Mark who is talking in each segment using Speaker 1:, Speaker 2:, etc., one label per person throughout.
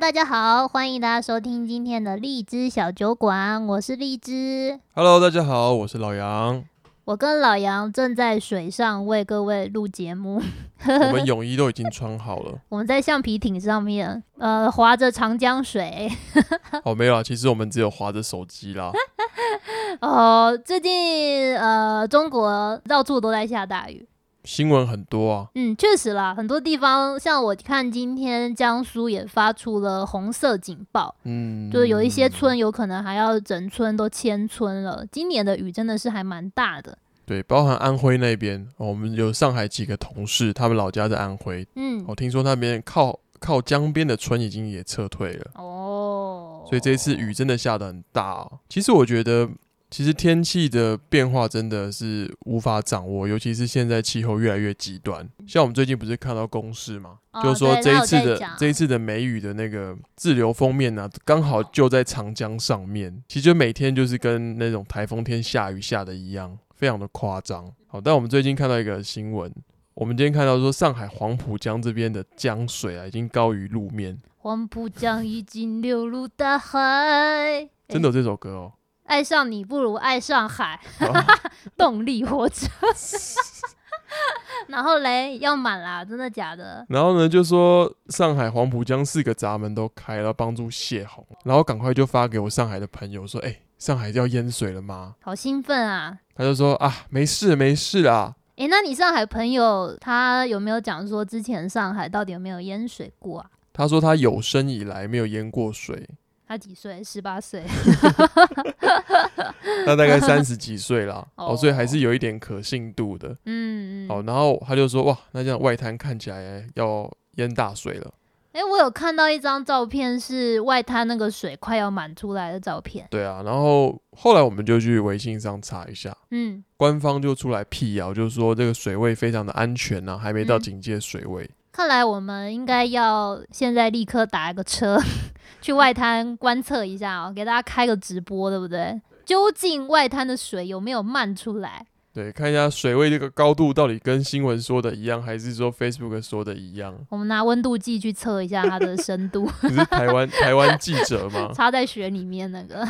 Speaker 1: 大家好，欢迎大家收听今天的荔枝小酒馆，我是荔枝。
Speaker 2: Hello，大家好，我是老 杨。
Speaker 1: 我跟老杨正在水上为各位录节目，。
Speaker 2: 我们泳衣都已经穿好了
Speaker 1: 我们在橡皮艇上面，呃，划着长江水。
Speaker 2: 哦，没有啊，其实我们只有划着手机啦。
Speaker 1: 哦，最近呃，中国到处都在下大雨。
Speaker 2: 新闻很多啊，
Speaker 1: 嗯，确实啦，很多地方像我看今天江苏也发出了红色警报，
Speaker 2: 嗯，
Speaker 1: 就是有一些村有可能还要整村都迁村了。今年的雨真的是还蛮大的。
Speaker 2: 对，包含安徽那边、哦我们有上海几个同事，他们老家在安徽。哦
Speaker 1: 嗯，
Speaker 2: 我、听说那边靠靠江边的村已经也撤退了，
Speaker 1: 哦，
Speaker 2: 所以这次雨真的下得很大、哦。其实我觉得，其实天气的变化真的是无法掌握，尤其是现在气候越来越极端。像我们最近不是看到公示嘛，
Speaker 1: 哦
Speaker 2: 就是说
Speaker 1: 对
Speaker 2: 这
Speaker 1: 他
Speaker 2: 一
Speaker 1: 有
Speaker 2: 次
Speaker 1: 在
Speaker 2: 的
Speaker 1: 讲
Speaker 2: 这一次的梅雨的那个滞留封面呢、刚好就在长江上面。其实就每天就是跟那种台风天下雨下的一样，非常的夸张。好，但我们最近看到一个新闻，我们今天看到说上海黄浦江这边的江水啊，已经高于路面，
Speaker 1: 黄浦江已经流入大海。
Speaker 2: 真的有这首歌哦。
Speaker 1: 爱上你不如爱上海，
Speaker 2: 哦
Speaker 1: 动力火 车。然后嘞，要满啦，真的假的？
Speaker 2: 然后呢，就说上海黄浦江四个闸门都开了，帮助泄洪，然后赶快就发给我上海的朋友说，哎、上海要淹水了吗？
Speaker 1: 好兴奋啊！
Speaker 2: 他就说啊，没事没事啦，
Speaker 1: 诶，那你上海朋友他有没有讲说之前上海到底有没有淹水过啊？
Speaker 2: 他说他有生以来没有淹过水，
Speaker 1: 他几岁？十八岁。
Speaker 2: 他大概三十几岁啦，
Speaker 1: 哦
Speaker 2: 哦，所以还是有一点可信度的。
Speaker 1: 嗯
Speaker 2: 哦，
Speaker 1: 嗯。
Speaker 2: 然后他就说哇，那这样外滩看起来要淹大水了。
Speaker 1: 诶，我有看到一张照片，是外滩那个水快要满出来的照片。
Speaker 2: 对啊，然后后来我们就去微信上查一下，
Speaker 1: 嗯，
Speaker 2: 官方就出来辟谣，就是说这个水位非常的安全呐、还没到
Speaker 1: 嗯
Speaker 2: 警戒水位。
Speaker 1: 看来我们应该要现在立刻打一个车 去外滩观测一下哦，给大家开个直播，对不对？究竟外滩的水有没有漫出来？
Speaker 2: 对，看一下水位这个高度到底跟新闻说的一样，还是说 Facebook 说的一样？
Speaker 1: 我们拿温度计去测一下它的深度，
Speaker 2: 你是台湾台湾记者吗？
Speaker 1: 插在雪里面那个。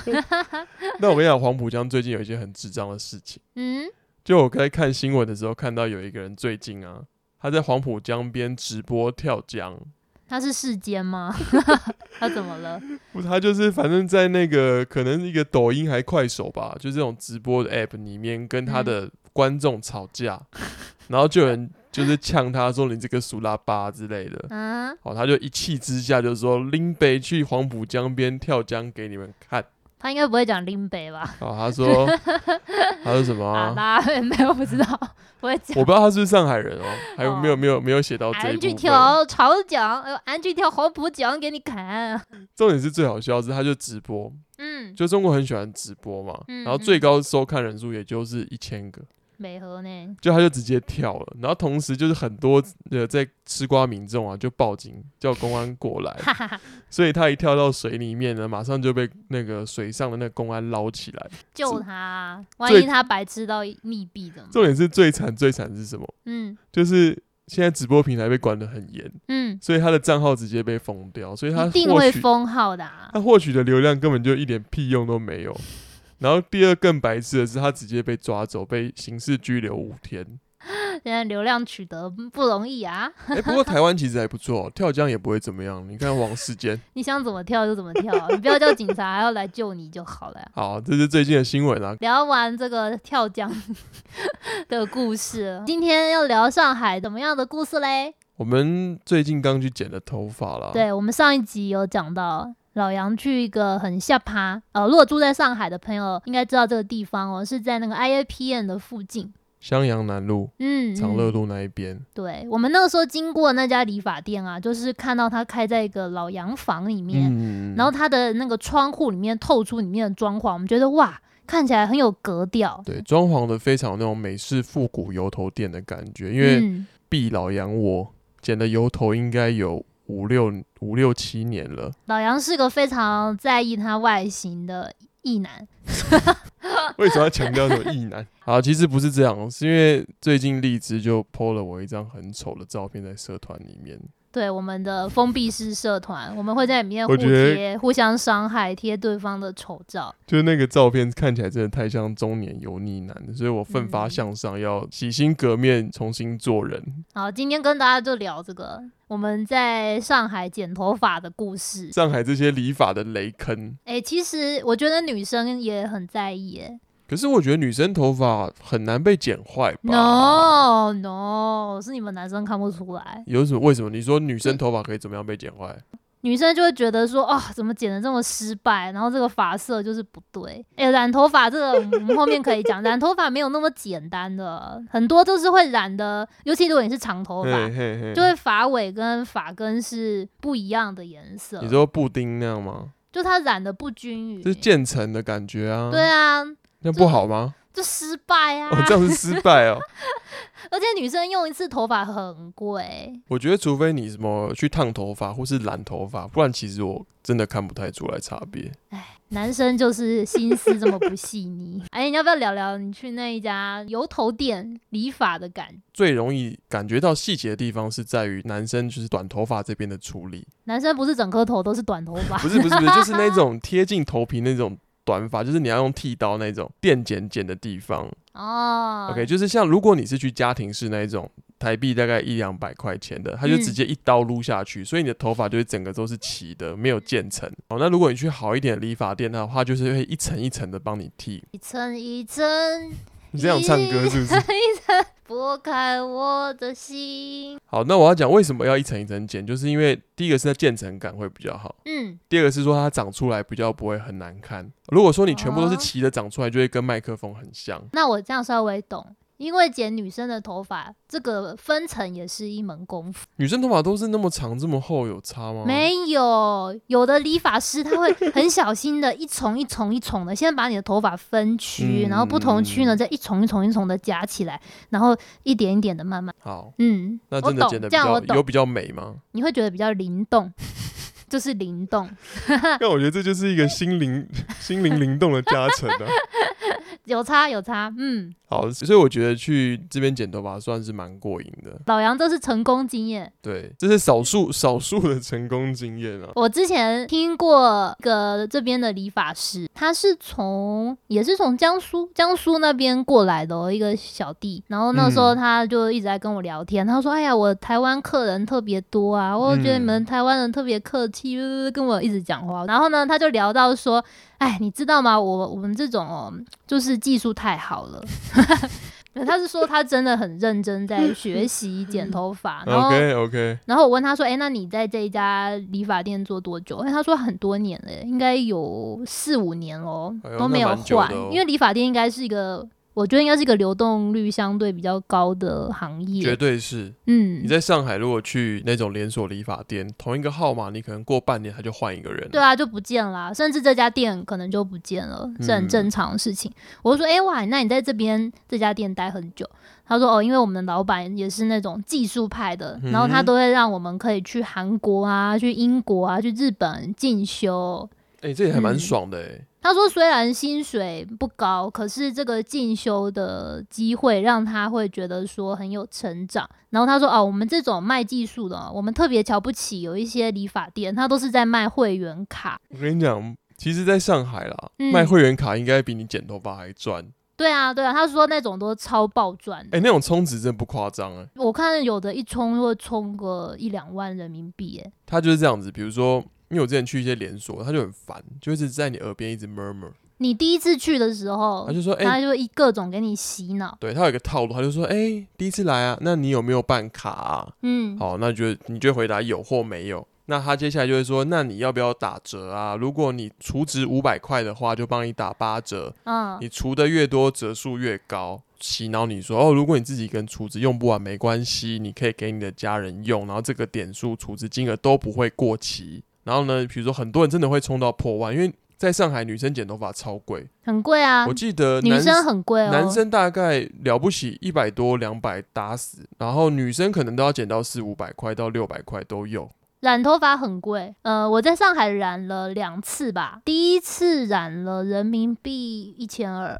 Speaker 2: 那我跟你讲，黄浦江最近有一些很智障的事情。
Speaker 1: 嗯，
Speaker 2: 就我在看新闻的时候，看到有一个人最近啊，他在黄浦江边直播跳江，
Speaker 1: 它是世间吗？ 它怎么了？
Speaker 2: 不是他就是反正在那个可能一个抖音还快手吧，就这种直播的 app 里面跟他的观众吵架，然后就有人就是呛他说你这个苏拉巴之类的，
Speaker 1: 啊，
Speaker 2: 哦，他就一气之下就说林北去黄浦江边跳江给你们看，
Speaker 1: 他应该不会讲林北吧？
Speaker 2: 哦，他说他说什么
Speaker 1: 啊，
Speaker 2: 啊？
Speaker 1: 啦，没有不知道， 不会讲
Speaker 2: 我。不知道他是不是上海人哦，还有没有没有没有写到这一
Speaker 1: 俺
Speaker 2: 部
Speaker 1: 去
Speaker 2: 分。
Speaker 1: 跳哦潮奖，哎呦，俺去跳黄浦江给你看。
Speaker 2: 重点是最好笑的是，他就直播，
Speaker 1: 嗯，
Speaker 2: 就中国很喜欢直播嘛，
Speaker 1: 嗯
Speaker 2: 然后最高收看人数也就是一千个，
Speaker 1: 美和呢？
Speaker 2: 就他就直接跳了，然后同时就是很多呃在吃瓜民众啊就报警叫公安过来，
Speaker 1: 哈哈哈，
Speaker 2: 所以他一跳到水里面呢，马上就被那个水上的那个公安捞起来。
Speaker 1: 救他啊！万
Speaker 2: 最
Speaker 1: 一他白痴到溺毙怎么办？
Speaker 2: 重点是最惨最惨是什么？
Speaker 1: 嗯
Speaker 2: 就是现在直播平台被管得很严，
Speaker 1: 嗯，
Speaker 2: 所以他的账号直接被封掉，所以他
Speaker 1: 一定会
Speaker 2: 获取
Speaker 1: 封号的啊。
Speaker 2: 他获取的流量根本就一点屁用都没有。然后第二更白痴的是，他直接被抓走，被刑事拘留五天。
Speaker 1: 现在流量取得不容易啊，
Speaker 2: 哎、不过台湾其实还不错，哦跳江也不会怎么样。你看王世坚，
Speaker 1: 你想怎么跳就怎么跳啊，你不要叫警察还要来救你就好了呀。
Speaker 2: 好，这是最近的新闻啊。
Speaker 1: 聊完这个跳江 的故事，今天要聊上海怎么样的故事嘞？
Speaker 2: 我们最近刚去剪了头发啦。，
Speaker 1: 对我们上一集有讲到。老杨去一个很下趴，呃，如果住在上海的朋友应该知道这个地方哦，是在那个 IAPN 的附近，
Speaker 2: 襄阳南路、
Speaker 1: 嗯，
Speaker 2: 长
Speaker 1: 嗯
Speaker 2: 乐路那一边，
Speaker 1: 对我们那个时候经过那家理发店啊，就是看到它开在一个老洋房里面，
Speaker 2: 嗯
Speaker 1: 然后它的那个窗户里面透出里面的装潢，我们觉得哇，看起来很有格调。
Speaker 2: 对装潢的非常有那种美式复古油头店的感觉，因为
Speaker 1: 嗯，
Speaker 2: 毕老杨我剪的油头应该有五六五六七年了。
Speaker 1: 老杨是个非常在意他外形的异男，啊
Speaker 2: 为什么要强调什么意男？ 好，其实不是这样，是因为最近荔枝就 PO 了我一张很丑的照片在社团里面，
Speaker 1: 对我们的封闭式社团，我们会在里面互
Speaker 2: 我觉得
Speaker 1: 贴、互相伤害，贴对方的丑照。
Speaker 2: 就是那个照片看起来真的太像中年油腻男了，所以我奋发向上，要洗心革面，重新做人。
Speaker 1: 好，今天跟大家就聊这个我们在上海剪头发的故事。
Speaker 2: 上海这些理发的雷坑，
Speaker 1: 哎、其实我觉得女生也很在意、诶
Speaker 2: 可是我觉得女生头发很难被剪坏吧
Speaker 1: No No，是你们男生看不出来，
Speaker 2: 有什么？为什么？你说女生头发可以怎么样被剪坏？
Speaker 1: 女生就会觉得说，哦，怎么剪的这么失败，然后这个发色就是不对。哎、染头发这个我们后面可以讲，染头发没有那么简单的，很多都是会染的，尤其如果你是长头发
Speaker 2: 嘿，嘿嘿
Speaker 1: 就会发尾跟发根是不一样的颜色
Speaker 2: 你，说布丁那样吗？
Speaker 1: 就它染的不均匀
Speaker 2: 这。是渐层的感觉啊，
Speaker 1: 对，啊，
Speaker 2: 那不好吗？
Speaker 1: 就失败啊！
Speaker 2: 哦，这样是失败哦。
Speaker 1: 而且女生用一次头发很贵，
Speaker 2: 我觉得除非你什么去烫头发或是染头发，不然其实我真的看不太出来差别。
Speaker 1: 男生就是心思这么不细腻。 哎，你要不要聊聊你去那一家油头店理发的感觉？
Speaker 2: 最容易感觉到细节的地方是在于男生就是短头发这边的处 理，
Speaker 1: 男生不是整颗头都是短头发
Speaker 2: 不是不是不是，就是那种贴近头皮那种短发，就是你要用剃刀那种电剪剪的地方。
Speaker 1: 哦
Speaker 2: OK，就是像如果你是去家庭式那一种，台币大概一两百块钱的，它就
Speaker 1: 嗯
Speaker 2: 直接一刀撸下去，所以你的头发就会整个都是齐的，没有渐层。哦，那如果你去好一点的理发店的话，就是会一层一层的帮你剃。
Speaker 1: 一层一层
Speaker 2: 你这样唱歌是不 是？
Speaker 1: 拨开我的心。
Speaker 2: 好，那我要讲为什么要一层一层剪，就是因为第一个是它渐层感会比较好，
Speaker 1: 嗯，
Speaker 2: 第二个是说它长出来比较不会很难看。如果说你全部都
Speaker 1: 哦
Speaker 2: 是齐的长出来，就会跟麦克风很像。
Speaker 1: 那我这样稍微懂。因为剪女生的头发，这个分层也是一门功夫。
Speaker 2: 女生头发都是那么长这么厚，有差吗？
Speaker 1: 没有，有的理发师他会很小心的一丛一丛一丛的，先把你的头发分区，
Speaker 2: 嗯
Speaker 1: 然后不同区呢再一丛一丛一丛的夹起来，然后一点一点的慢慢，
Speaker 2: 好，
Speaker 1: 嗯，
Speaker 2: 那
Speaker 1: 我
Speaker 2: 真的
Speaker 1: 懂
Speaker 2: 剪的比
Speaker 1: 这样我
Speaker 2: 较有
Speaker 1: 懂，
Speaker 2: 比较美吗？
Speaker 1: 你会觉得比较灵动， 就是灵动。
Speaker 2: 但我觉得这就是一个心灵心灵灵动的加成啊。
Speaker 1: 有差有差，嗯，
Speaker 2: 好，所以我觉得去这边剪头发算是蛮过瘾的。
Speaker 1: 老杨这是成功经验。
Speaker 2: 对，这是少数少数的成功经验啊。
Speaker 1: 我之前听过一个这边的理发师，他是从也是从江苏江苏那边过来的、哦、一个小弟，然后那时候
Speaker 2: 嗯
Speaker 1: 他就一直在跟我聊天，他说：“哎呀，我台湾客人特别多啊，我觉得你们
Speaker 2: 嗯
Speaker 1: 台湾人特别客气，呃跟我一直讲话。”然后呢，他就聊到说：“哎，你知道吗？我我们这种哦，就是技术太好了。” 他是说他真的很认真在学习剪头 发，然后
Speaker 2: 哦 OK OK，
Speaker 1: 然后我问他说：“哎、那你在这一家理发店做多久？”哎，他说很多年了，应该有四五年咯，
Speaker 2: 哎呦
Speaker 1: 都没有
Speaker 2: 那蛮久的
Speaker 1: 换，
Speaker 2: 哦
Speaker 1: 因为理发店应该是一个，我觉得应该是一个流动率相对比较高的行
Speaker 2: 绝
Speaker 1: 业。
Speaker 2: 对是。
Speaker 1: 嗯
Speaker 2: 你，在上海如果去那种连锁理发店，同一个号码，你可能过半年他就换一个人。
Speaker 1: 对啊，就不见啦，甚至这家店可能就不见了，是
Speaker 2: 嗯
Speaker 1: 很正常的事情。我就说：“哎、哇，那你在这边这家店待很久？”他说：“哦，因为我们的老板也是那种技术派的，然后他
Speaker 2: 嗯
Speaker 1: 都会让我们可以去韩国啊、去英国啊、去日本进修。”
Speaker 2: 哎、这也还蛮
Speaker 1: 嗯
Speaker 2: 爽的哎、
Speaker 1: 他说，虽然薪水不高，可是这个进修的机会让他会觉得说很有成长。然后他说，哦，我们这种卖技术的哦，我们特别瞧不起有一些理发店，他都是在卖会员卡。
Speaker 2: 我跟你讲，其实在上海啦，
Speaker 1: 嗯
Speaker 2: 卖会员卡应该比你剪头发还赚。
Speaker 1: 对啊，对啊，他说那种都超爆赚的。
Speaker 2: 哎、那种充值真不夸张哎。
Speaker 1: 我看有的一充会充个一两万人民币，哎，
Speaker 2: 他就是这样子，比如说，因为我之前去一些连锁，他就很烦，就是在你耳边一直 murmur，
Speaker 1: 你第一次去的时候
Speaker 2: 他，就说，哎、
Speaker 1: 哦他就一各种给你洗脑，
Speaker 2: 对他有一个套路，他就说，哎、第一次来啊，那你有没有办卡啊？
Speaker 1: 嗯，
Speaker 2: 好，那就你就回答有或没有。那他接下来就会说，那你要不要打折啊？如果你除值五百块的话，就帮你打八折。
Speaker 1: 嗯，
Speaker 2: 你除的越多，折数越高。洗脑你说哦，如果你自己一个人储值用不完没关系，你可以给你的家人用，然后这个点数储值金额都不会过期。然后呢，比如说很多人真的会冲到破万，因为在上海女生剪头发超贵，
Speaker 1: 很贵啊
Speaker 2: 我，记得
Speaker 1: 女
Speaker 2: 男
Speaker 1: 生很贵哦，
Speaker 2: 男生大概了不起一百多两百打死，然后女生可能都要剪到四五百块到六百块都有。
Speaker 1: 染头发很贵，呃，我在上海染了两次吧，第一次染了人民币一千二，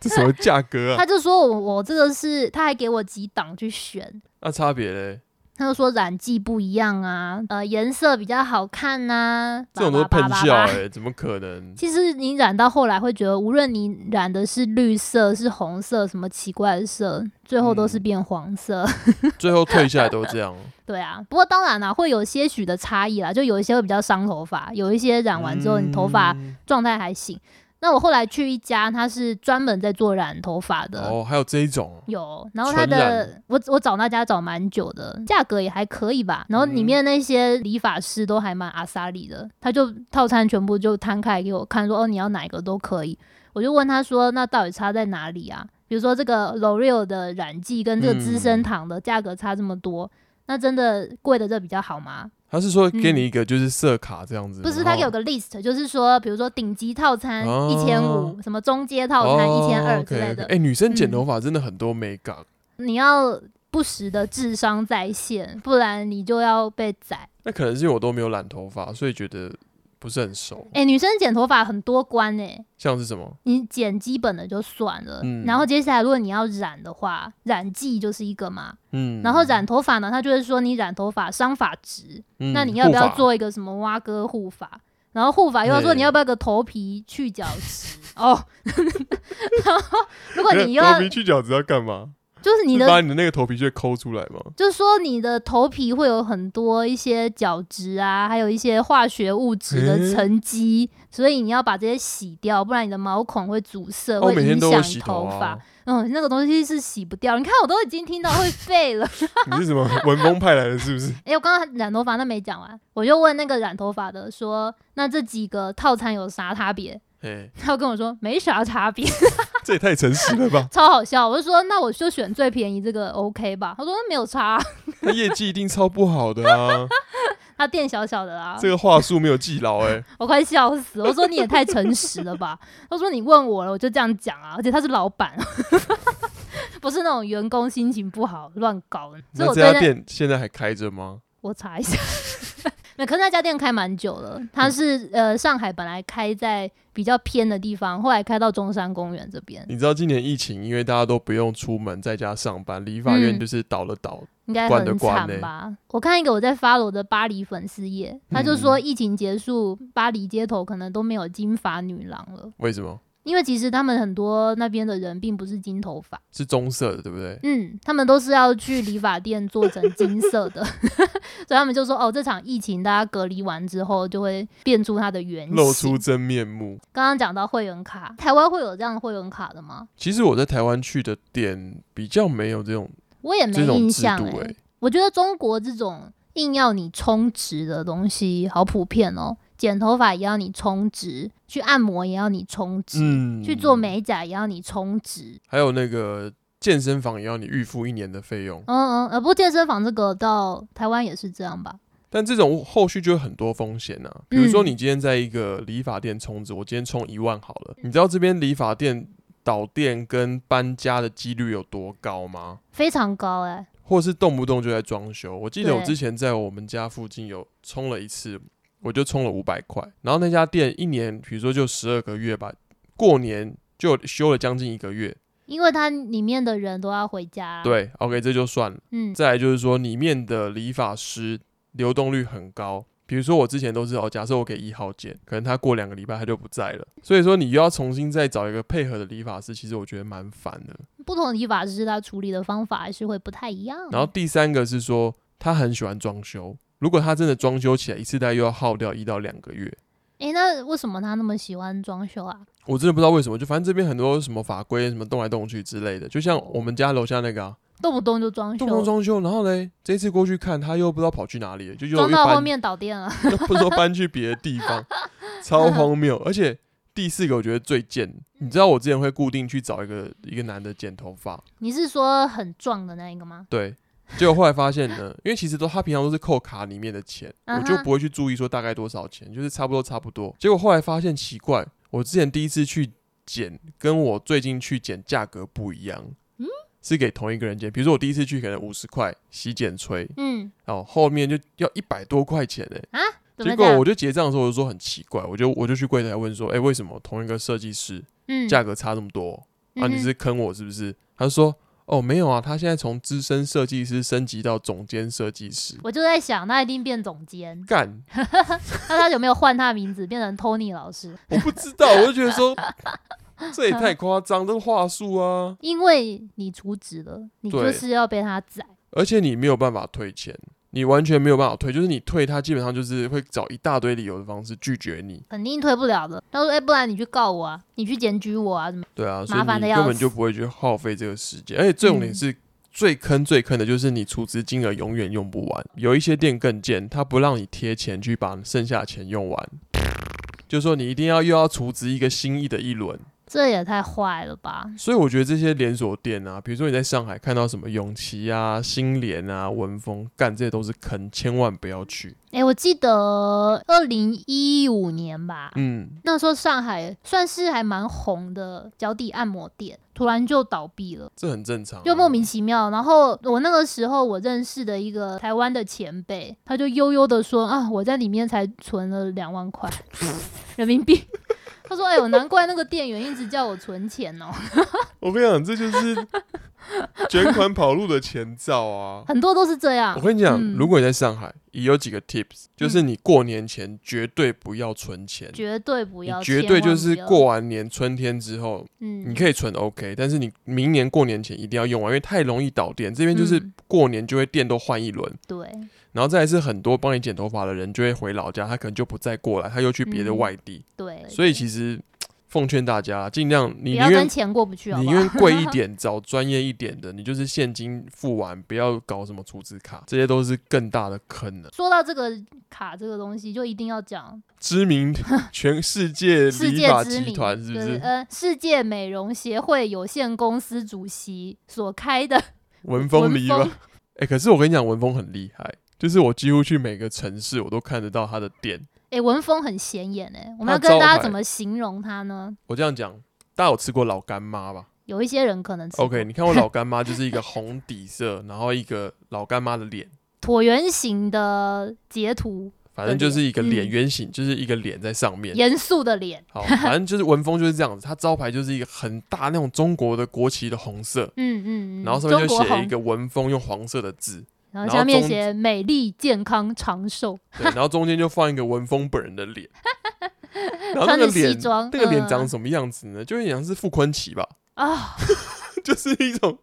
Speaker 2: 这什么价格啊？
Speaker 1: 他就说我我这个是，他还给我几档去选，
Speaker 2: 啊那差别嘞？
Speaker 1: 他就说染剂不一样啊，呃，颜色比较好看呐、
Speaker 2: 这种都是
Speaker 1: 叭
Speaker 2: 喷
Speaker 1: 叭叭叭
Speaker 2: 笑
Speaker 1: 叭
Speaker 2: 哎、怎么可能？
Speaker 1: 其实你染到后来会觉得，无论你染的是绿色、是红色、什么奇怪的色，最后都是
Speaker 2: 嗯
Speaker 1: 变黄色。
Speaker 2: 最后退下来都这样，
Speaker 1: 对啊，不过当然啦，会有些许的差异啦，就有一些会比较伤头发，有一些染完之后你头发
Speaker 2: 嗯
Speaker 1: 状态还行。那我后来去一家，他是专门在做染头发的。
Speaker 2: 哦，还有这一种，
Speaker 1: 有，然后它
Speaker 2: 纯
Speaker 1: 的
Speaker 2: 染
Speaker 1: 我我找那家找蛮久的，价格也还可以吧。然后里
Speaker 2: 嗯
Speaker 1: 面那些理发师都还蛮阿萨里的，他就套餐全部就摊开给我看说，哦你要哪一个都可以。我就问他说，那到底差在哪里啊？比如说这个 L'Oreal 的染剂跟这个资生
Speaker 2: 嗯
Speaker 1: 堂的价格差这么多，那真的贵的这比较好吗？
Speaker 2: 他是说
Speaker 1: 嗯
Speaker 2: 给你一个就是色卡这样子，
Speaker 1: 不是，
Speaker 2: 然
Speaker 1: 他
Speaker 2: 后
Speaker 1: 给我个 list，就是说，比如说顶级套餐一千
Speaker 2: 哦
Speaker 1: 五，什么中阶套餐一千二之类的
Speaker 2: 哎、。女生剪
Speaker 1: 嗯
Speaker 2: 头发真的很多美感、
Speaker 1: 你要不时的智商在线，不然你就要被宰。
Speaker 2: 那可能是因为我都没有染头发，所以觉得不是很熟。
Speaker 1: 哎、女生剪头发很多关哎、
Speaker 2: 像是什么？
Speaker 1: 你剪基本的就算了，
Speaker 2: 嗯
Speaker 1: 然后接下来如果你要染的话，染剂就是一个嘛，
Speaker 2: 嗯，
Speaker 1: 然后染头发呢，他就会说你染头发伤发质，
Speaker 2: 嗯，
Speaker 1: 那你要不
Speaker 2: 护
Speaker 1: 要
Speaker 2: 发？
Speaker 1: 做一个什么蛙哥护发？然后护发又要说
Speaker 2: 嘿
Speaker 1: 你要不要个头皮去角质 哦，然后如果你又
Speaker 2: 那
Speaker 1: 要
Speaker 2: 头皮去角质要干嘛？
Speaker 1: 就是你
Speaker 2: 是
Speaker 1: 的
Speaker 2: 把你的那个头皮屑抠出来吗？
Speaker 1: 就是说你的头皮会有很多一些角质啊，还有一些化学物质的
Speaker 2: 诶
Speaker 1: 沉积，所以你要把这些洗掉，不然你的毛孔会阻塞，
Speaker 2: 哦我每天
Speaker 1: 影
Speaker 2: 都
Speaker 1: 响
Speaker 2: 会
Speaker 1: 你
Speaker 2: 洗
Speaker 1: 头发。
Speaker 2: 啊。
Speaker 1: 嗯，那个东西是洗不掉。你看，我都已经听到会废了。
Speaker 2: 你是什么文风派来的？是不是？
Speaker 1: 哎、我刚刚染头发那没讲完，我就问那个染头发的说，那这几个套餐有啥差别？
Speaker 2: 哎，
Speaker 1: 他就跟我说没啥差别，！
Speaker 2: 这也太诚实了吧
Speaker 1: 超好笑。我就说那我就选最便宜这个 OK 吧。他说那没有差、啊，
Speaker 2: 他业绩一定超不好 的啊！
Speaker 1: 他店小小的啦。
Speaker 2: 这个话术没有记牢哎。
Speaker 1: 我快笑死！我说你也太诚实了吧？他说你问我了，我就这样讲啊，而 且他是老板，不是那种员工心情不好乱搞的。所以
Speaker 2: 那
Speaker 1: 我
Speaker 2: 这
Speaker 1: 对
Speaker 2: 家
Speaker 1: 那
Speaker 2: 店现在还开着吗？
Speaker 1: 我查 一下，那可是那家店开蛮久了，它
Speaker 2: 嗯
Speaker 1: 是呃上海本来开在比较偏的地方，后来开到中山公园这边，
Speaker 2: 你知道今年疫情，因为大家都不用出门，在家上班，理发院
Speaker 1: 嗯
Speaker 2: 就是倒了倒。
Speaker 1: 应该
Speaker 2: 关的
Speaker 1: 很
Speaker 2: 关
Speaker 1: 惨
Speaker 2: 呢
Speaker 1: 吧？我看一个我在 follow 的巴黎粉丝页，他就说
Speaker 2: 嗯
Speaker 1: 疫情结束，巴黎街头可能都没有金发女郎了。
Speaker 2: 为什么？
Speaker 1: 因为其实他们很多那边的人并不是金头发，
Speaker 2: 是棕色的，对不对？
Speaker 1: 嗯，他们都是要去理发店做成金色的， 所以他们就说哦，这场疫情大家隔离完之后就会变出它的原型。
Speaker 2: 露出真面目。
Speaker 1: 刚刚讲到会员卡，台湾会有这样的会员卡的吗？
Speaker 2: 其实我在台湾去的店比较没有这种
Speaker 1: 我也没
Speaker 2: 这种
Speaker 1: 印
Speaker 2: 制
Speaker 1: 象
Speaker 2: 度
Speaker 1: 欸
Speaker 2: 哎、
Speaker 1: 我觉得中国这种硬要你充值的东西好普遍哦，剪头发也要你充值，去按摩也要你充值，
Speaker 2: 嗯，
Speaker 1: 去做美甲也要你充值。
Speaker 2: 还有那个健身房也要你预付一年的费用，
Speaker 1: 嗯嗯，呃，不过健身房这个到台湾也是这样吧？
Speaker 2: 但这种后续就有很多风险啊。比如说
Speaker 1: 嗯
Speaker 2: 你今天在一个理发店充值，我今天充一万好了，你知道这边理发店倒店跟搬家的几率有多高吗？
Speaker 1: 非常高哎、
Speaker 2: 或是动不动就在装修？我记得我
Speaker 1: 对
Speaker 2: 之前在我们家附近有充了一次，我就充了五百块，然后那家店一年，比如说就十二个月吧，过年就休了将近一个月。
Speaker 1: 因为它里面的人都要回家。，
Speaker 2: 对，OK，这就算了。
Speaker 1: 嗯
Speaker 2: 再来就是说，里面的理发师流动率很高。比如说我之前都是哦，假设我给一号剪，可能他过两个礼拜他就不在了，所以说你又要重新再找一个配合的理发师，其实我觉得蛮烦的。
Speaker 1: 不同的理发师他处理的方法还是会不太一样。
Speaker 2: 然后第三个是说，他很喜欢装修，如果他真的装修起来一次，大概又要耗掉一到两个月。
Speaker 1: 诶、那为什么他那么喜欢装修啊？
Speaker 2: 我真的不知道为什么，就反正这边很多什么法规什么动来动去之类的，就像我们家楼下那个啊，
Speaker 1: 动不动就装修，
Speaker 2: 动不动装修，然后嘞，这次过去看他又不知道跑去哪里了，就又
Speaker 1: 装
Speaker 2: 又
Speaker 1: 到后
Speaker 2: 搬
Speaker 1: 面倒店了。
Speaker 2: 又不是说搬去别的地方，超荒谬。而且第四个我觉得最贱，你知道我之前会固定去找一个一个男的剪头发，
Speaker 1: 你是说很壮的那一个吗？
Speaker 2: 对。结果后来发现呢，因为其实都他平常都是扣卡里面的钱，我就
Speaker 1: 嗯哼
Speaker 2: 不会去注意说大概多少钱，就是差不多差不多。结果后来发现奇怪，我之前第一次去剪，跟我最近去剪价格不一样，
Speaker 1: 嗯
Speaker 2: 是给同一个人剪。比如说我第一次去可能五十块洗剪吹，
Speaker 1: 嗯，
Speaker 2: 哦，后面就要一百多块钱呢、
Speaker 1: 怎
Speaker 2: 结
Speaker 1: 么
Speaker 2: 果
Speaker 1: 讲
Speaker 2: 我？就结账的时候，我就说很奇怪，我就我就去柜台问说，哎、为什么同一个设计师
Speaker 1: 嗯，
Speaker 2: 价格差这么多？啊，
Speaker 1: 嗯
Speaker 2: 你是坑我是不是？他就说，哦，没有啊，他现在从资深设计师升级到总监设计师。，
Speaker 1: 我就在想，他一定变总监
Speaker 2: 干，
Speaker 1: 那他有没有换他的名字变成 Tony 老师？
Speaker 2: 我不知 道，我就觉得说这也太夸张，这是话术啊！
Speaker 1: 因为你出职了，你就
Speaker 2: 对
Speaker 1: 是要被他宰。
Speaker 2: 而且你没有办法退钱，你完全没有办法退，就是你退他基本上就是会找一大堆理由的方式拒绝你。
Speaker 1: 肯定退不了的。他说：“哎、不然你去告我啊，你去检举我啊，怎么
Speaker 2: 对啊，所以
Speaker 1: 麻烦
Speaker 2: 你
Speaker 1: 得要
Speaker 2: 根本
Speaker 1: 死
Speaker 2: 就不会去耗费这个时间，而且最重点
Speaker 1: 嗯
Speaker 2: 是。最坑最坑的就是你储值金额永远用不完，有一些店更贱，他不让你贴钱去把剩下的钱用完，就说你一定要又要储值一个新意的一轮。
Speaker 1: 这也太坏了吧
Speaker 2: 所以我觉得这些连锁店啊，比如说你在上海看到什么永琪啊、新联啊、文峰，干这些都是坑，千万不要去。！”
Speaker 1: 哎、我记得二零一五年吧，
Speaker 2: 嗯，
Speaker 1: 那时候上海算是还蛮红的脚底按摩店，突然就倒闭了。
Speaker 2: 这很正常啊、
Speaker 1: 就莫名其妙。然后我那个时候我认识的一个台湾的前辈，他就悠悠的说啊，我在里面才存了两万块 人民币。 他说：“哎呦，难怪那个店员一直叫我存钱哦，
Speaker 2: 我跟你讲，这就是卷款跑路的前兆啊！
Speaker 1: 很多都是这样
Speaker 2: 我。跟你讲，
Speaker 1: 嗯
Speaker 2: 如果你在上海，也有几个 tips，就是你过年前绝对不要存钱，
Speaker 1: 绝对不
Speaker 2: 你
Speaker 1: 要，
Speaker 2: 绝对就
Speaker 1: 千
Speaker 2: 是
Speaker 1: 万不要
Speaker 2: 过，完年春天之后，
Speaker 1: 嗯，
Speaker 2: 你可以存 OK，但是你明年过年前一定要用完，因为太容易导电。这边就是
Speaker 1: 嗯
Speaker 2: 过年就会店都换一轮，
Speaker 1: 对，
Speaker 2: 然后再来是很多帮你剪头发的人就会回老家，他可能就不再过来，他又去别的
Speaker 1: 嗯
Speaker 2: 外地，
Speaker 1: 对，
Speaker 2: 所以其实奉劝大家，尽量
Speaker 1: 不
Speaker 2: 你
Speaker 1: 要
Speaker 2: 宁愿
Speaker 1: 跟钱过不去，好
Speaker 2: 你
Speaker 1: 不
Speaker 2: 宁
Speaker 1: 好？
Speaker 2: 愿贵一 点，找专业一点的，你就是现金付完，不要搞什么储值卡，这些都是更大的坑啊了。
Speaker 1: 说到这个卡这个东西，就一定要讲
Speaker 2: 知 名全世界
Speaker 1: 世
Speaker 2: 理
Speaker 1: 界
Speaker 2: 发
Speaker 1: 知
Speaker 2: 集
Speaker 1: 名，
Speaker 2: 团是不
Speaker 1: 对
Speaker 2: 是？
Speaker 1: 呃，世界美容协会有限公司主席所开的，
Speaker 2: 文风理发
Speaker 1: 文，
Speaker 2: 哎，可是我跟你讲，文风很厉害，就是我几乎去每个城市，我都看得到他的店。
Speaker 1: 哎、文风很显眼哎、我们
Speaker 2: 它
Speaker 1: 要
Speaker 2: 招
Speaker 1: 跟大
Speaker 2: 牌
Speaker 1: 家怎么形容它呢？
Speaker 2: 我这样讲，大家有吃过老干妈吧
Speaker 1: 有一些人可能吃
Speaker 2: ？OK，你看我老干妈就是一个红底色，然后一个老干妈的脸。
Speaker 1: 椭圆形的截图，
Speaker 2: 反正就是一个脸
Speaker 1: 嗯
Speaker 2: 圆形，就是一个脸在 上面。
Speaker 1: 严肃的脸，
Speaker 2: 好，反正就是文风就是这样子，它招牌就是一个很大那种中国的国旗的红色，
Speaker 1: 嗯嗯嗯，
Speaker 2: 然后上
Speaker 1: 中
Speaker 2: 面就
Speaker 1: 国
Speaker 2: 写一
Speaker 1: 红，
Speaker 2: 个文风用黄色的字，
Speaker 1: 然
Speaker 2: 然
Speaker 1: 后
Speaker 2: 后
Speaker 1: 下面
Speaker 2: 中
Speaker 1: 写美丽、健康、长寿，
Speaker 2: 对，然后中间就放一个文风本人的脸，然后那
Speaker 1: 穿
Speaker 2: 个
Speaker 1: 着西
Speaker 2: 脸
Speaker 1: 装，
Speaker 2: 那个脸
Speaker 1: 嗯
Speaker 2: 长什么样子呢？就有点像是傅昆奇吧，
Speaker 1: 啊，
Speaker 2: 就是一种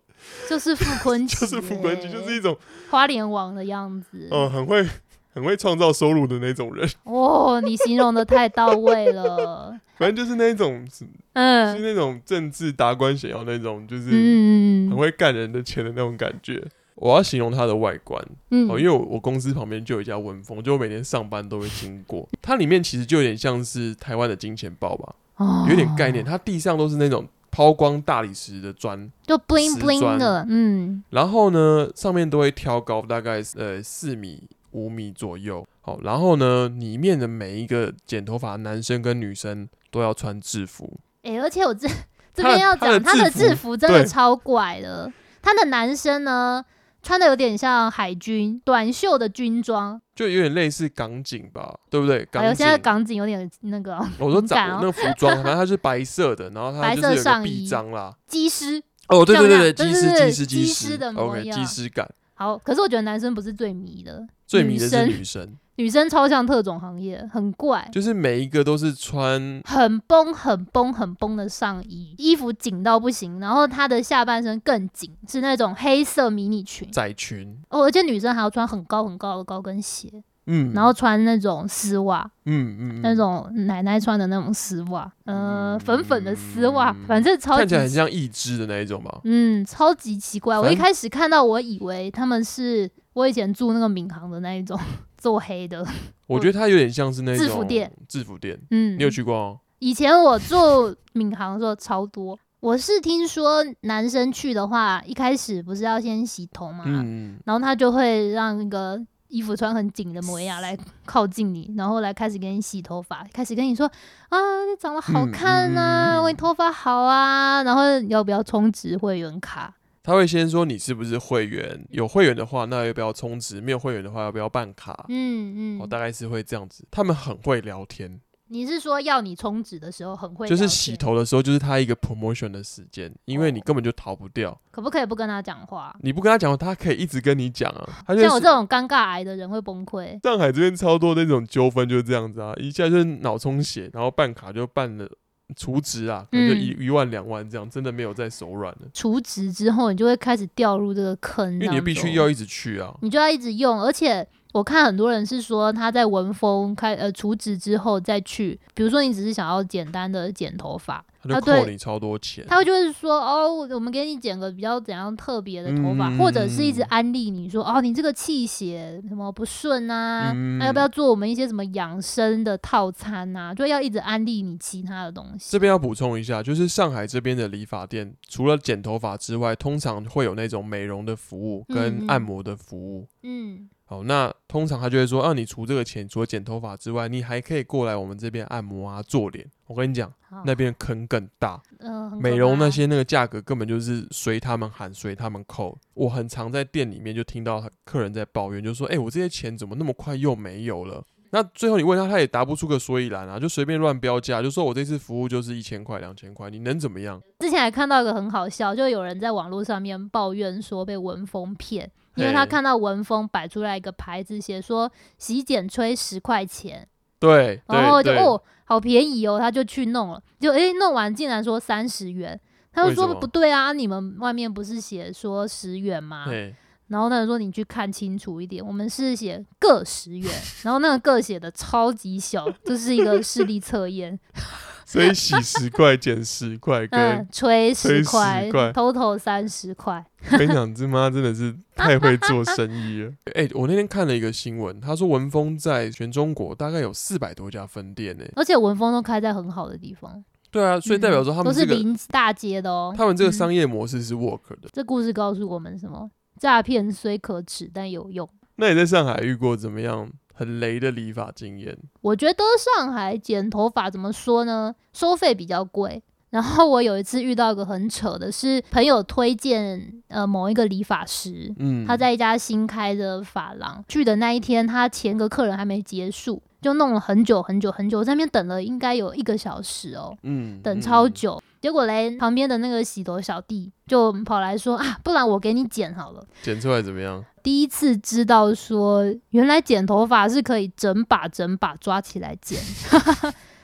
Speaker 1: 就是傅昆 奇欸，
Speaker 2: 就是傅昆奇，就是一种
Speaker 1: 花莲王的样子。
Speaker 2: 嗯很会很会创造收入的那种人，
Speaker 1: 哦，你形容的太到位了。
Speaker 2: 反正就是那种 是
Speaker 1: 嗯
Speaker 2: 那种政治达官显要那种，就是
Speaker 1: 嗯
Speaker 2: 很会干人的钱的那种感觉。我要形容它的外观
Speaker 1: 嗯
Speaker 2: 哦，因为我我公司旁边就有一家文峰，就我每天上班都会经过。它里面其实就有点像是台湾的金钱豹吧，有点概念。，
Speaker 1: 哦
Speaker 2: 它地上都是那种抛光大理石的砖，
Speaker 1: 就 bling
Speaker 2: 瓷
Speaker 1: bling
Speaker 2: 砖
Speaker 1: 的，嗯
Speaker 2: 然后呢上面都会挑高大概呃四米五米左右。好，然后呢里面的每一个剪头发的男生跟女生都要穿制服，
Speaker 1: 哎、而且我 这这
Speaker 2: 他的
Speaker 1: 边要
Speaker 2: 他的
Speaker 1: 讲他的
Speaker 2: 制
Speaker 1: 制
Speaker 2: 服
Speaker 1: 服真的
Speaker 2: 对
Speaker 1: 超怪的，他的男生呢穿的有点像海军短袖的军装，
Speaker 2: 就有点类似港警吧，对不对？港
Speaker 1: 还有
Speaker 2: 警
Speaker 1: 现在港警有点那个哦
Speaker 2: 我说
Speaker 1: 很
Speaker 2: 长
Speaker 1: 赶哦
Speaker 2: 那个服装，反正它是白色的，然后它
Speaker 1: 白
Speaker 2: 就
Speaker 1: 色
Speaker 2: 是有个
Speaker 1: 上
Speaker 2: 臂
Speaker 1: 衣
Speaker 2: 章啦。
Speaker 1: 机师。
Speaker 2: 哦，对对
Speaker 1: 漂
Speaker 2: 对对，
Speaker 1: 亮
Speaker 2: 机
Speaker 1: 就
Speaker 2: 师
Speaker 1: 是
Speaker 2: 机师
Speaker 1: 机
Speaker 2: 师
Speaker 1: 师的模
Speaker 2: OK，机
Speaker 1: 样
Speaker 2: 师感
Speaker 1: 好，可是我觉得男生不是最迷的，
Speaker 2: 最
Speaker 1: 女
Speaker 2: 迷的是
Speaker 1: 生
Speaker 2: 女生，
Speaker 1: 女生超像特种行业，很怪。
Speaker 2: 就是每一个都是穿
Speaker 1: 很绷、很绷、很绷的上衣，衣服紧到不行，然后她的下半身更紧，是那种黑色迷你裙
Speaker 2: 窄裙，
Speaker 1: 哦，而且女生还要穿很高很高的高跟鞋，
Speaker 2: 嗯，
Speaker 1: 然后穿那种丝袜，
Speaker 2: 嗯嗯嗯
Speaker 1: 那种奶奶穿的那种丝袜，
Speaker 2: 嗯
Speaker 1: 呃，粉粉的丝袜，反正超
Speaker 2: 看
Speaker 1: 级
Speaker 2: 起来很像一只的那一种嘛。
Speaker 1: 嗯，超级奇怪。我
Speaker 2: 反
Speaker 1: 一
Speaker 2: 正
Speaker 1: 开始看到，我以为他们是我以前住那个闵行的那一种 做黑的，
Speaker 2: 我觉得它有点像是那种
Speaker 1: 制服店，
Speaker 2: 制服店，
Speaker 1: 嗯
Speaker 2: 你，有去过哦？
Speaker 1: 以前我住闵行的时候超多。我是听说男生去的话，一开始不是要先洗头嘛，
Speaker 2: 嗯，
Speaker 1: 然后他就会让那个衣服穿很紧的模
Speaker 2: 嗯
Speaker 1: 样来靠近你，然后来开始给你洗头发，开始跟你说啊，你长得好看
Speaker 2: 嗯嗯
Speaker 1: 啊，
Speaker 2: 嗯嗯
Speaker 1: 我、你头发好啊，然后要不要充值会员卡？
Speaker 2: 他会先说你是不是会员，有会员的话，那要不要充值？没有会员的话，要不要办卡？
Speaker 1: 嗯
Speaker 2: 哦，
Speaker 1: 嗯，
Speaker 2: 大概是会这样子。他们很会聊天，
Speaker 1: 你是说要你充值的时候很会？
Speaker 2: 就是洗，头的时候，就是他一个 promotion 的时间，因为你根本就逃不掉。
Speaker 1: 可不可以不跟他讲话？
Speaker 2: 你不跟他讲，他可以一直跟你讲啊。他就
Speaker 1: 像我
Speaker 2: 是
Speaker 1: 这种尴尬癌的人会崩溃。
Speaker 2: 上海这边超多那种纠纷就是这样子啊，一下就是脑充血，然后办卡就办了。除职啊，可能就一
Speaker 1: 嗯
Speaker 2: 一万两万这样，真的没有再手软了，
Speaker 1: 除职之后，你就会开始掉入这个坑
Speaker 2: 因
Speaker 1: 当中，
Speaker 2: 为你必须要一直去啊。
Speaker 1: 你就要一直用，而且我看很多人是说他在文风开呃除职之后再去，比如说你只是想要简单的剪头发，
Speaker 2: 他就
Speaker 1: 啊对
Speaker 2: 扣你超多钱，
Speaker 1: 他会就是说哦，我们给你剪个比较怎样特别的头发，
Speaker 2: 嗯
Speaker 1: 或者是一直安利你说哦，你这个气血什么不顺啊，
Speaker 2: 嗯
Speaker 1: 那、要不要做我们一些什么养生的套餐啊？就要一直安利你其他的东西。
Speaker 2: 这边要补充一下，就是上海这边的理发店，除了剪头发之外，通常会有那种美容的服务
Speaker 1: 嗯
Speaker 2: 跟
Speaker 1: 嗯
Speaker 2: 按摩的服务。
Speaker 1: 嗯，
Speaker 2: 好，那通常他就会说，啊，你除这个钱，除了剪头发之外，你还可以过来我们这边按摩啊、做脸。我跟你讲，
Speaker 1: 好，
Speaker 2: 那边的坑更大，
Speaker 1: 嗯、很可
Speaker 2: 美容那
Speaker 1: 怕
Speaker 2: 些那个价格根本就是随他们喊，随他们扣。我很常在店里面就听到客人在抱怨，就说，哎、我这些钱怎么那么快又没有了？那最后你问他，他也答不出个所以然啊，就随便乱标价，就说我这次服务就是一千块、两千块，你能怎么样？
Speaker 1: 之前还看到一个很好笑，就有人在网络上面抱怨说被文风骗，因为他
Speaker 2: 嘿
Speaker 1: 看到文风摆出来一个牌子，写说洗剪吹十块钱，
Speaker 2: 对，
Speaker 1: 然后就
Speaker 2: 对对
Speaker 1: 哦好便宜哦，他就去弄了，就诶、弄完竟然说三十元，他就
Speaker 2: 为什
Speaker 1: 说
Speaker 2: 么
Speaker 1: 不对啊，你们外面不是写说十元吗？
Speaker 2: 嘿
Speaker 1: 然后那人说你去看清楚一点，我们是写个十 元，然后那个个写的超级小，这是一个视力测 验，
Speaker 2: 所以洗十块减十块，
Speaker 1: 嗯
Speaker 2: 跟，
Speaker 1: 吹
Speaker 2: 吹
Speaker 1: 十
Speaker 2: 10
Speaker 1: 块
Speaker 2: 块
Speaker 1: ，total 三十块。
Speaker 2: 我跟你讲，这妈真的是太会做生 意了。哎、我那天看了一个新闻，他说文峰在全中国大概有四百多家分店呢、
Speaker 1: 而且文峰都开在很好的地方，
Speaker 2: 对啊，所以代表说他
Speaker 1: 嗯
Speaker 2: 们
Speaker 1: 都
Speaker 2: 这
Speaker 1: 是
Speaker 2: 个、
Speaker 1: 临大街的哦。
Speaker 2: 他们这个
Speaker 1: 嗯
Speaker 2: 商业模式是 work 的。
Speaker 1: 这故事告诉我们什么？诈骗虽可耻，但有用。
Speaker 2: 那你在上海遇过怎么样很雷的理发经验？
Speaker 1: 我觉得上海剪头发怎么说呢？收费比较贵。然后我有一次遇到一个很扯的是，朋友推荐呃某一个理发师，
Speaker 2: 嗯，
Speaker 1: 他在一家新开的发廊去的那一天，他前个客人还没结束，就弄了很久很久很久，在那边等了应该有一个小时哦。
Speaker 2: 嗯
Speaker 1: 等超，久。结果嘞，旁边的那个洗头小弟就跑来说啊，不然我给你剪好了
Speaker 2: 嗯。剪出来怎么样？
Speaker 1: 第一次知道说，原来剪头发是可以整把整把抓起来剪。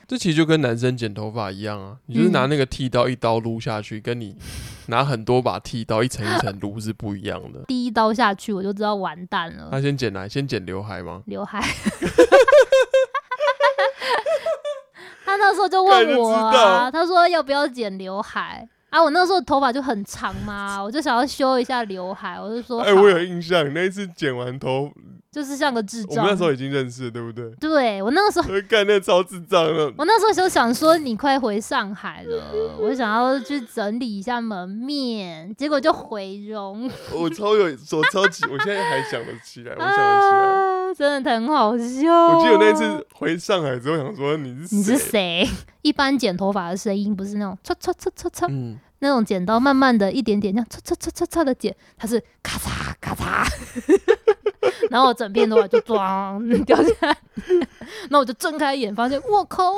Speaker 2: 这其实就跟男生剪头发一样
Speaker 1: 嗯
Speaker 2: 啊，你就是拿那个剃刀一刀撸下去，跟你 拿很多把剃刀一层一层撸是不一样的。
Speaker 1: 第一刀下去，我就知道完蛋
Speaker 2: 他
Speaker 1: 了，
Speaker 2: 先剪来，先剪刘海吗？
Speaker 1: 刘海。 他那时候就
Speaker 2: 看
Speaker 1: 问
Speaker 2: 就
Speaker 1: 我
Speaker 2: 知
Speaker 1: 啊，
Speaker 2: 道
Speaker 1: 他说要不要剪刘海啊？我那时候头发就很长嘛，我就想要修一下刘海，我就说好，
Speaker 2: 哎印象，你那一次剪完头，
Speaker 1: 就是像个智障。
Speaker 2: 已经认识了，对不对？
Speaker 1: 对我那个时候
Speaker 2: 我干那超智障了，
Speaker 1: 我那时候就想说，你快回上海了，我想要去整理一下门面，结果就毁容，
Speaker 2: 我超有，我超级，我现在还想得起来，我想得起来。
Speaker 1: 啊，真的很好笑、
Speaker 2: 我记得那次。回上海之后，想说哦你
Speaker 1: 你
Speaker 2: 是
Speaker 1: 是
Speaker 2: 谁？
Speaker 1: 谁？ 一般剪头发的声音不是那种 嚓嚓嚓嚓嚓
Speaker 2: 嗯，
Speaker 1: 那种剪刀，慢慢的一点点这样嚓嚓嚓嚓嚓的剪，它是咔嚓咔嚓， 然后我整片头发就装掉下来， 然后我就睁开眼，发现我靠，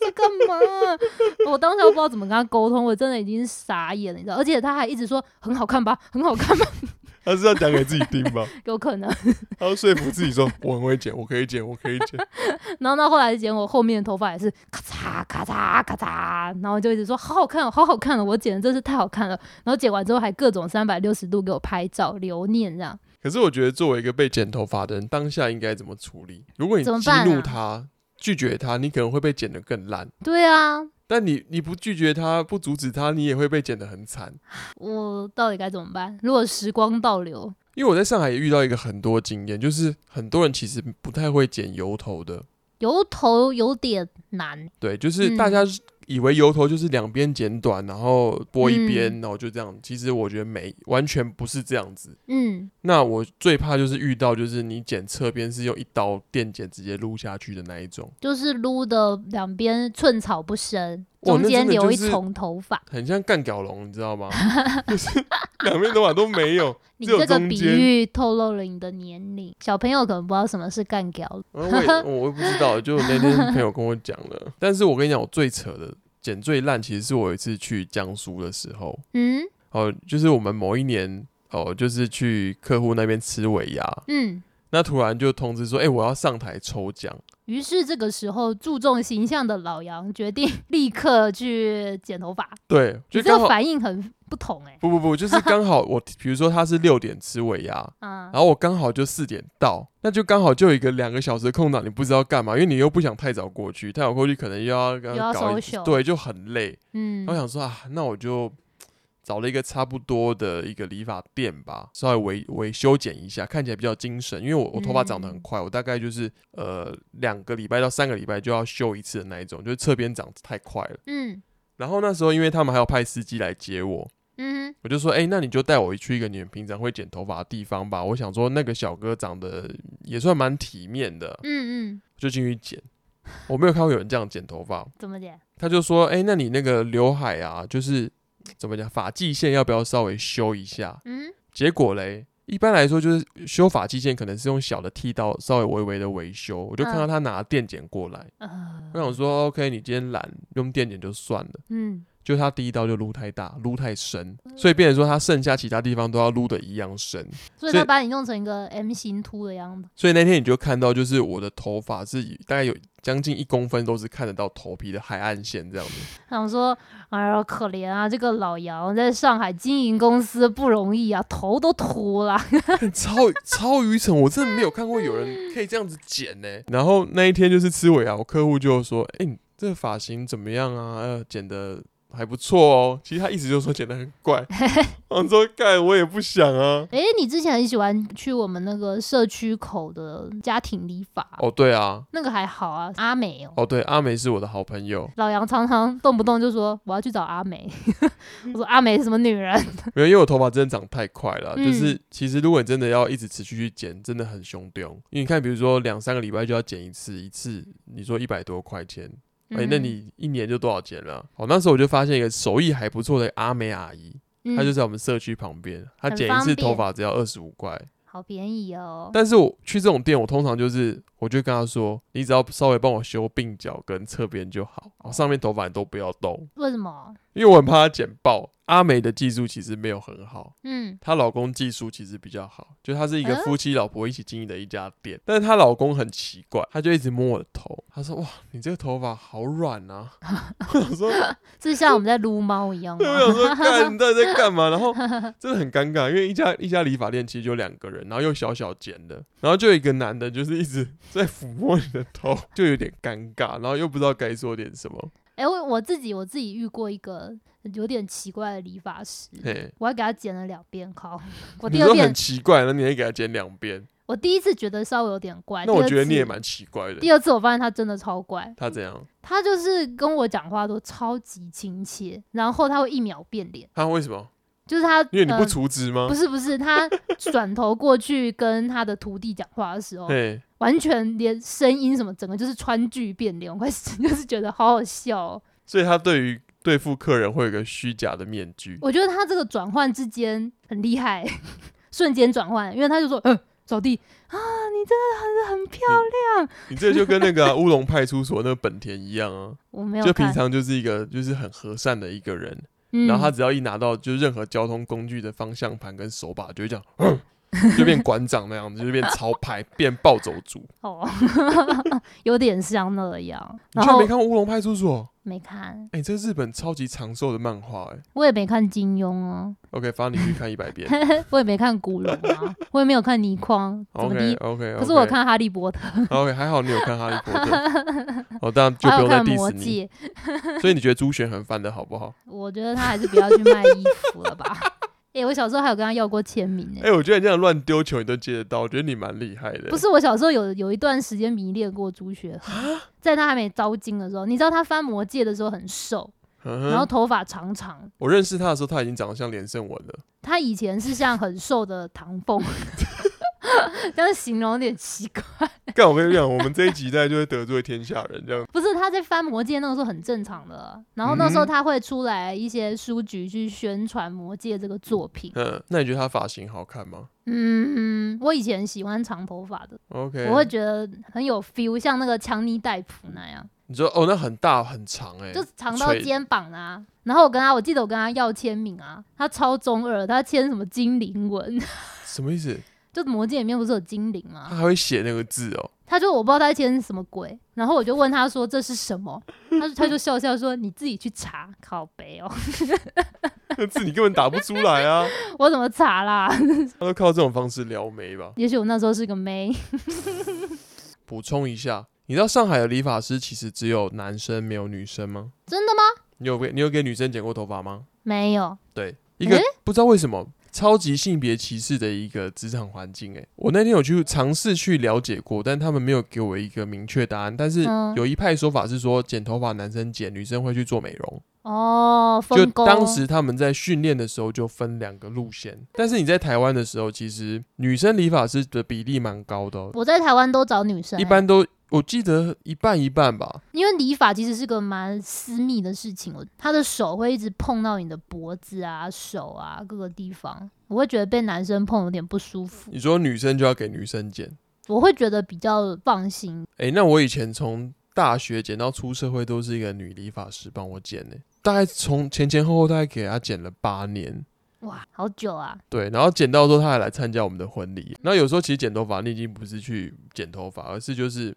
Speaker 1: 在干嘛？我当时我不知道怎么跟他沟通，我真的已经傻眼了，你知道？而且他还一直说很好看吧，很好看吧，
Speaker 2: 他是要讲给自己听 吧？
Speaker 1: 有可能。
Speaker 2: 他要说服自己说我很会剪，我可以剪，我可以 剪。
Speaker 1: 然后到后来剪我后面的头发也是咔嚓咔嚓咔嚓，然后就一直说好好看哦，好好看哦，我剪的真是太好看了。然后剪完之后还各种三百六十度给我拍照留念这样。
Speaker 2: 可是我觉得，作为一个被剪头发的人，当下应该怎么处理？如果你
Speaker 1: 怎么
Speaker 2: 激
Speaker 1: 办啊
Speaker 2: 怒他、拒绝他，你可能会被剪得更烂。
Speaker 1: 对啊，
Speaker 2: 但你你不拒绝他、不阻止他，你也会被剪得很惨。
Speaker 1: 我到底该怎么办？如果时光倒流，
Speaker 2: 因为我在上海也遇到一个很多经验，就是很多人其实不太会剪油头的。
Speaker 1: 由头有点难，
Speaker 2: 对，就是
Speaker 1: 嗯
Speaker 2: 大家以为油头就是两边剪短，然后拨一
Speaker 1: 嗯
Speaker 2: 边，然后就这样。其实我觉得没，完全不是这样子。
Speaker 1: 嗯，
Speaker 2: 那我最怕就是遇到就是你剪侧边是用一刀电剪直接撸下去的那一种。
Speaker 1: 就是撸的两边寸草不生，
Speaker 2: 哇
Speaker 1: 中
Speaker 2: 那
Speaker 1: 间
Speaker 2: 真的就
Speaker 1: 留一
Speaker 2: 是
Speaker 1: 丛头发。
Speaker 2: 很像干屌龙，你知道吗？ 就是两边头发都没有，
Speaker 1: 你
Speaker 2: 只有
Speaker 1: 这个
Speaker 2: 中
Speaker 1: 比
Speaker 2: 间
Speaker 1: 喻透露了你的年龄，小朋友可能不知道什么是干屌了。
Speaker 2: 然后啊我也我也不知道，就那天朋友跟我讲的。但是我跟你讲，我最扯的、剪最烂，其实是我有一次去江苏的时候，
Speaker 1: 嗯
Speaker 2: 哦，就是我们某一年哦，就是去客户那边吃尾牙，
Speaker 1: 嗯。
Speaker 2: 那突然就通知说，哎、我要上台抽奖。
Speaker 1: 于是这个时候，注重形象的老杨决定立刻去剪头发。
Speaker 2: 对，
Speaker 1: 你
Speaker 2: 就
Speaker 1: 这
Speaker 2: 刚
Speaker 1: 个
Speaker 2: 好
Speaker 1: 反应很不同哎、
Speaker 2: 不不不，就是刚好我， 比如说他是六点吃尾牙，
Speaker 1: 啊，
Speaker 2: 然后我刚好就四点到，那就刚好就有一个两个小时的空档，你不知道干嘛，因为你又不想太早过去，太早过去可能又要跟
Speaker 1: 又要
Speaker 2: 搞一
Speaker 1: social
Speaker 2: 对，就很累。
Speaker 1: 嗯
Speaker 2: 我，想说啊，那我就找了一个差不多的一个理发店吧，稍微维维修剪一下，看起来比较精神。因为我我头发长得很
Speaker 1: 嗯
Speaker 2: 快，我大概就是呃两个礼拜到三个礼拜就要修一次的那一种，就是侧边长得太快了。
Speaker 1: 嗯
Speaker 2: 然后那时候因为他们还要派司机来接我，
Speaker 1: 嗯
Speaker 2: 我就说，哎、那你就带我去一个你们平常会剪头发的地方吧。我想说那个小哥长得也算蛮体面的，
Speaker 1: 嗯嗯，
Speaker 2: 就进去剪。我没有看过有人这样剪头发，
Speaker 1: 怎么剪？
Speaker 2: 他就说：“哎、那你那个刘海啊，就是怎么讲，发际线要不要稍微修一下
Speaker 1: 嗯？”
Speaker 2: 结果嘞，一般来说就是修发际线，可能是用小的剃刀稍微微微的维修。我就看到他拿电剪过来，
Speaker 1: 呃
Speaker 2: 我想说：“OK，你今天懒，用电剪就算了。
Speaker 1: 嗯”
Speaker 2: 就他第一刀就撸太大，撸太深，所以变成说他剩下其他地方都要撸的一样深。
Speaker 1: 所以
Speaker 2: 所以
Speaker 1: 他把你弄成一个 M 型秃的样子。
Speaker 2: 所以那天你就看到，就是我的头发是大概有将近一公分都是看得到头皮的海岸线这样子。
Speaker 1: 想说，哎呀，可怜啊，这个老杨在上海经营公司不容易啊，头都秃了。
Speaker 2: 超超愚蠢，我真的没有看过有人可以这样子剪呢、然后那一天就是吃尾牙，我客户就说：“哎、你这个发型怎么样啊？呃，剪的还不错哦。”其实他一直就说剪的很怪， 我说：“干，我也不想啊。
Speaker 1: 诶，你之前很喜欢去我们那个社区口的家庭理发”，
Speaker 2: 哦，对啊，
Speaker 1: 那个还好啊，阿美哦。
Speaker 2: 哦对，阿美是我的好朋友，
Speaker 1: 老杨常常动不动就说我要去找阿美， 我说阿美是什么女人？
Speaker 2: 没有，因为我头发真的长太快了，啊
Speaker 1: 嗯
Speaker 2: 就是其实如果你真的要一直持续去剪，真的很凶丢。因为你看，比如说两三个礼拜就要剪一次，一次你说一百多块钱，哎、那
Speaker 1: 嗯
Speaker 2: 你一年就多少钱了、好，那时候我就发现一个手艺还不错的阿美阿姨，
Speaker 1: 嗯
Speaker 2: 她就在我们社区旁边，她
Speaker 1: 很
Speaker 2: 剪一
Speaker 1: 方
Speaker 2: 次头
Speaker 1: 便
Speaker 2: 发只要二十五块。
Speaker 1: 好便宜哦。
Speaker 2: 但是我去这种店，我通常就是我就跟她说，你只要稍微帮我修鬓角跟侧边就好，哦上面头发你都不要动，
Speaker 1: 为什么？
Speaker 2: 因为我很怕她剪爆。阿美的技术其实没有很好。
Speaker 1: 嗯
Speaker 2: 她老公技术其实比较好，就她是一个
Speaker 1: 嗯
Speaker 2: 夫妻老婆一起经营的一家店，但是她老公很奇怪，他就一直摸我的头，他说：“哇，你这个头发好软啊！” 我想说：“
Speaker 1: 是像我们在撸猫一样
Speaker 2: 对，我
Speaker 1: 吗？
Speaker 2: 想说，干，你到底在干嘛？然后真的很尴尬，因为一家一家理发店其实就两个人，然后又小小剪的，然后就有一个男的，就是一直在抚摸你的头， 就有点尴尬，然后又不知道该说点什么。
Speaker 1: 诶，我我自己我自己遇过一个有点奇怪的理发师，
Speaker 2: 嘿，
Speaker 1: 我还给他剪了两遍 靠，嗯我
Speaker 2: 你
Speaker 1: 第二
Speaker 2: 说
Speaker 1: 遍
Speaker 2: 很奇怪，那你还给他剪两边，
Speaker 1: 我第一次觉得稍微有点怪，
Speaker 2: 那我
Speaker 1: 啊第二
Speaker 2: 觉得
Speaker 1: 次
Speaker 2: 你也。蛮奇怪的。
Speaker 1: 第二次我发现他真的超怪，
Speaker 2: 他怎样？
Speaker 1: 他就是跟我讲话都超级亲切，然后他会一秒变脸，
Speaker 2: 他为什么？
Speaker 1: 就是他
Speaker 2: 因为你不
Speaker 1: 呃
Speaker 2: 除职
Speaker 1: 不
Speaker 2: 吗？
Speaker 1: 是不是，他转头过去跟他的徒弟讲话的时候，
Speaker 2: 嘿，
Speaker 1: 完全连声音什么，整个就是川剧变脸，我快 就是觉得好好笑、哦。
Speaker 2: 所以他对于对付客人会有一个虚假的面具。
Speaker 1: 我觉得他这个转换之间很厉害， 瞬间转换，因为他就说，嗯、小弟啊，你真的很很漂亮，
Speaker 2: 你这就跟那个啊、乌龙派出所那个本田一样啊，
Speaker 1: 我没有
Speaker 2: 就
Speaker 1: 看
Speaker 2: 平，常就是一个就是很和善的一个人，
Speaker 1: 嗯、
Speaker 2: 然后他只要一拿到就是任何交通工具的方向盘跟手把，就会这样，嗯就变馆长那样子，就变超派，变暴走族。
Speaker 1: 哦， 有点像那样。
Speaker 2: 你
Speaker 1: 然
Speaker 2: 居然
Speaker 1: 后
Speaker 2: 没看过《乌龙派出所》？
Speaker 1: 没看，
Speaker 2: 哎、这是日本超级长寿的漫画哎、
Speaker 1: 我也没看金庸哦，
Speaker 2: OK，反正你去看一百遍。
Speaker 1: 我也没看古龙 啊，我也没有看倪匡， 怎么
Speaker 2: OK
Speaker 1: 的？
Speaker 2: OK，
Speaker 1: 可是我看《哈利波特》，
Speaker 2: OK，还好你有看《哈利波特》，哦，当然就
Speaker 1: 还
Speaker 2: 不
Speaker 1: 有
Speaker 2: 用再
Speaker 1: 看《魔
Speaker 2: diss 你。
Speaker 1: 戒》，
Speaker 2: 所以你觉得朱璇很烦的好不好？
Speaker 1: 我觉得他还是不要去卖衣服了吧。 哎、我小时候还有跟他要过签名呢、
Speaker 2: 哎、我觉得你这样乱丢球你都接得到，我觉得你蛮厉害的、
Speaker 1: 不是，我小时候有有一段时间迷恋过朱学恒，
Speaker 2: 啊
Speaker 1: 在他还没招金的时候，你知道他翻魔戒的时候很瘦，
Speaker 2: 嗯
Speaker 1: 然后
Speaker 2: 哼，
Speaker 1: 头发长长。
Speaker 2: 我认识他的时候，他已经长得像连胜文了。
Speaker 1: 他以前是像很瘦的唐凤，这样形容有点奇怪。
Speaker 2: 干，我跟你讲，我们这一集代就会得罪天下人，这样
Speaker 1: 不是他在翻《魔戒》那个时候很正常的，然后那时候
Speaker 2: 嗯
Speaker 1: 他会出来一些书局去宣传《魔戒》这个作品。
Speaker 2: 嗯，那你觉得他发型好看吗
Speaker 1: 嗯，我以前喜欢长头发的，
Speaker 2: ？OK，
Speaker 1: 我会觉得很有 feel，像那个强尼戴普那样，
Speaker 2: 你说哦，那很大很长哎、
Speaker 1: 就是长到
Speaker 2: 垂
Speaker 1: 肩膀啊。然后我跟他，我记得我跟他要签名啊，他超中二，他签什么精灵文，
Speaker 2: 什么意思？
Speaker 1: 就《魔戒》里面不是有精灵吗
Speaker 2: 他？还会写那个字哦，
Speaker 1: 他就我不知道他在签什么鬼，然后我就问他说这是什么， 他就他就笑笑说你自己去查，靠北哦，
Speaker 2: 那字你根本打不出来啊！
Speaker 1: 我怎么查啦？
Speaker 2: 他都靠这种方式撩妹吧。
Speaker 1: 也许我那时候是个妹，
Speaker 2: 补充一下，你知道上海的理发师其实只有男生没有女生吗？
Speaker 1: 真的吗？
Speaker 2: 你有给你有给女生剪过头发吗？
Speaker 1: 没有，
Speaker 2: 对，一个、
Speaker 1: 诶
Speaker 2: 不知道为什么超级性别歧视的一个职场环境、欸。我那天有去尝试去了解过，但他们没有给我一个明确答案。但是
Speaker 1: 嗯
Speaker 2: 有一派说法是说，剪头发男生剪，女生会去做美容。
Speaker 1: 哦，
Speaker 2: 就
Speaker 1: 分工。
Speaker 2: 当时他们在训练的时候就分两个路
Speaker 1: 嗯
Speaker 2: 线，但是你在台湾的时候，其实女生理发师的比例蛮高的哦、
Speaker 1: 我在台湾都找女生欸、
Speaker 2: 一般都我记得一半一半吧。
Speaker 1: 因为理发其实是个蛮私密的事情，我他的手会一直碰到你的脖子啊、手啊各个地方，我会觉得被男生碰有点不舒服，
Speaker 2: 你说女生就要给女生剪，
Speaker 1: 我会觉得比较放心。
Speaker 2: 诶，那我以前从大学剪到出社会都是一个女理发师帮我剪呢、大概从前前后后大概给她剪了八年。
Speaker 1: 哇，好久啊！
Speaker 2: 对，然后剪到之后，她还来参加我们的婚礼。然后有时候其实剪头发，你已经不是去剪头发，而是就是诶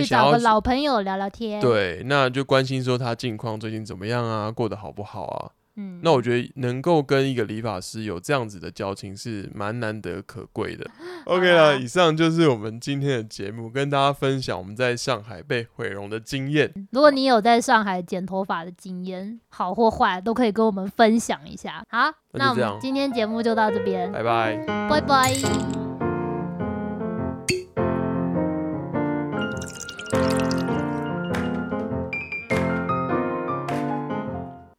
Speaker 1: 去
Speaker 2: 想
Speaker 1: 找
Speaker 2: 要
Speaker 1: 个老朋友聊聊天。，
Speaker 2: 对，那就关心说她近况最近怎么样啊，过得好不好啊。
Speaker 1: 嗯，
Speaker 2: 那我觉得能够跟一个理发师有这样子的交情是蛮难得可贵的。OK 啦，以上就是我们今天的节目，跟大家分享我们在上海被毁容的经验。
Speaker 1: 如果你有在上海剪头发的经验，好或坏都可以跟我们分享一下。好，那
Speaker 2: 那就
Speaker 1: 我
Speaker 2: 这样
Speaker 1: 们今天节目就到这边，
Speaker 2: 拜拜。
Speaker 1: 拜拜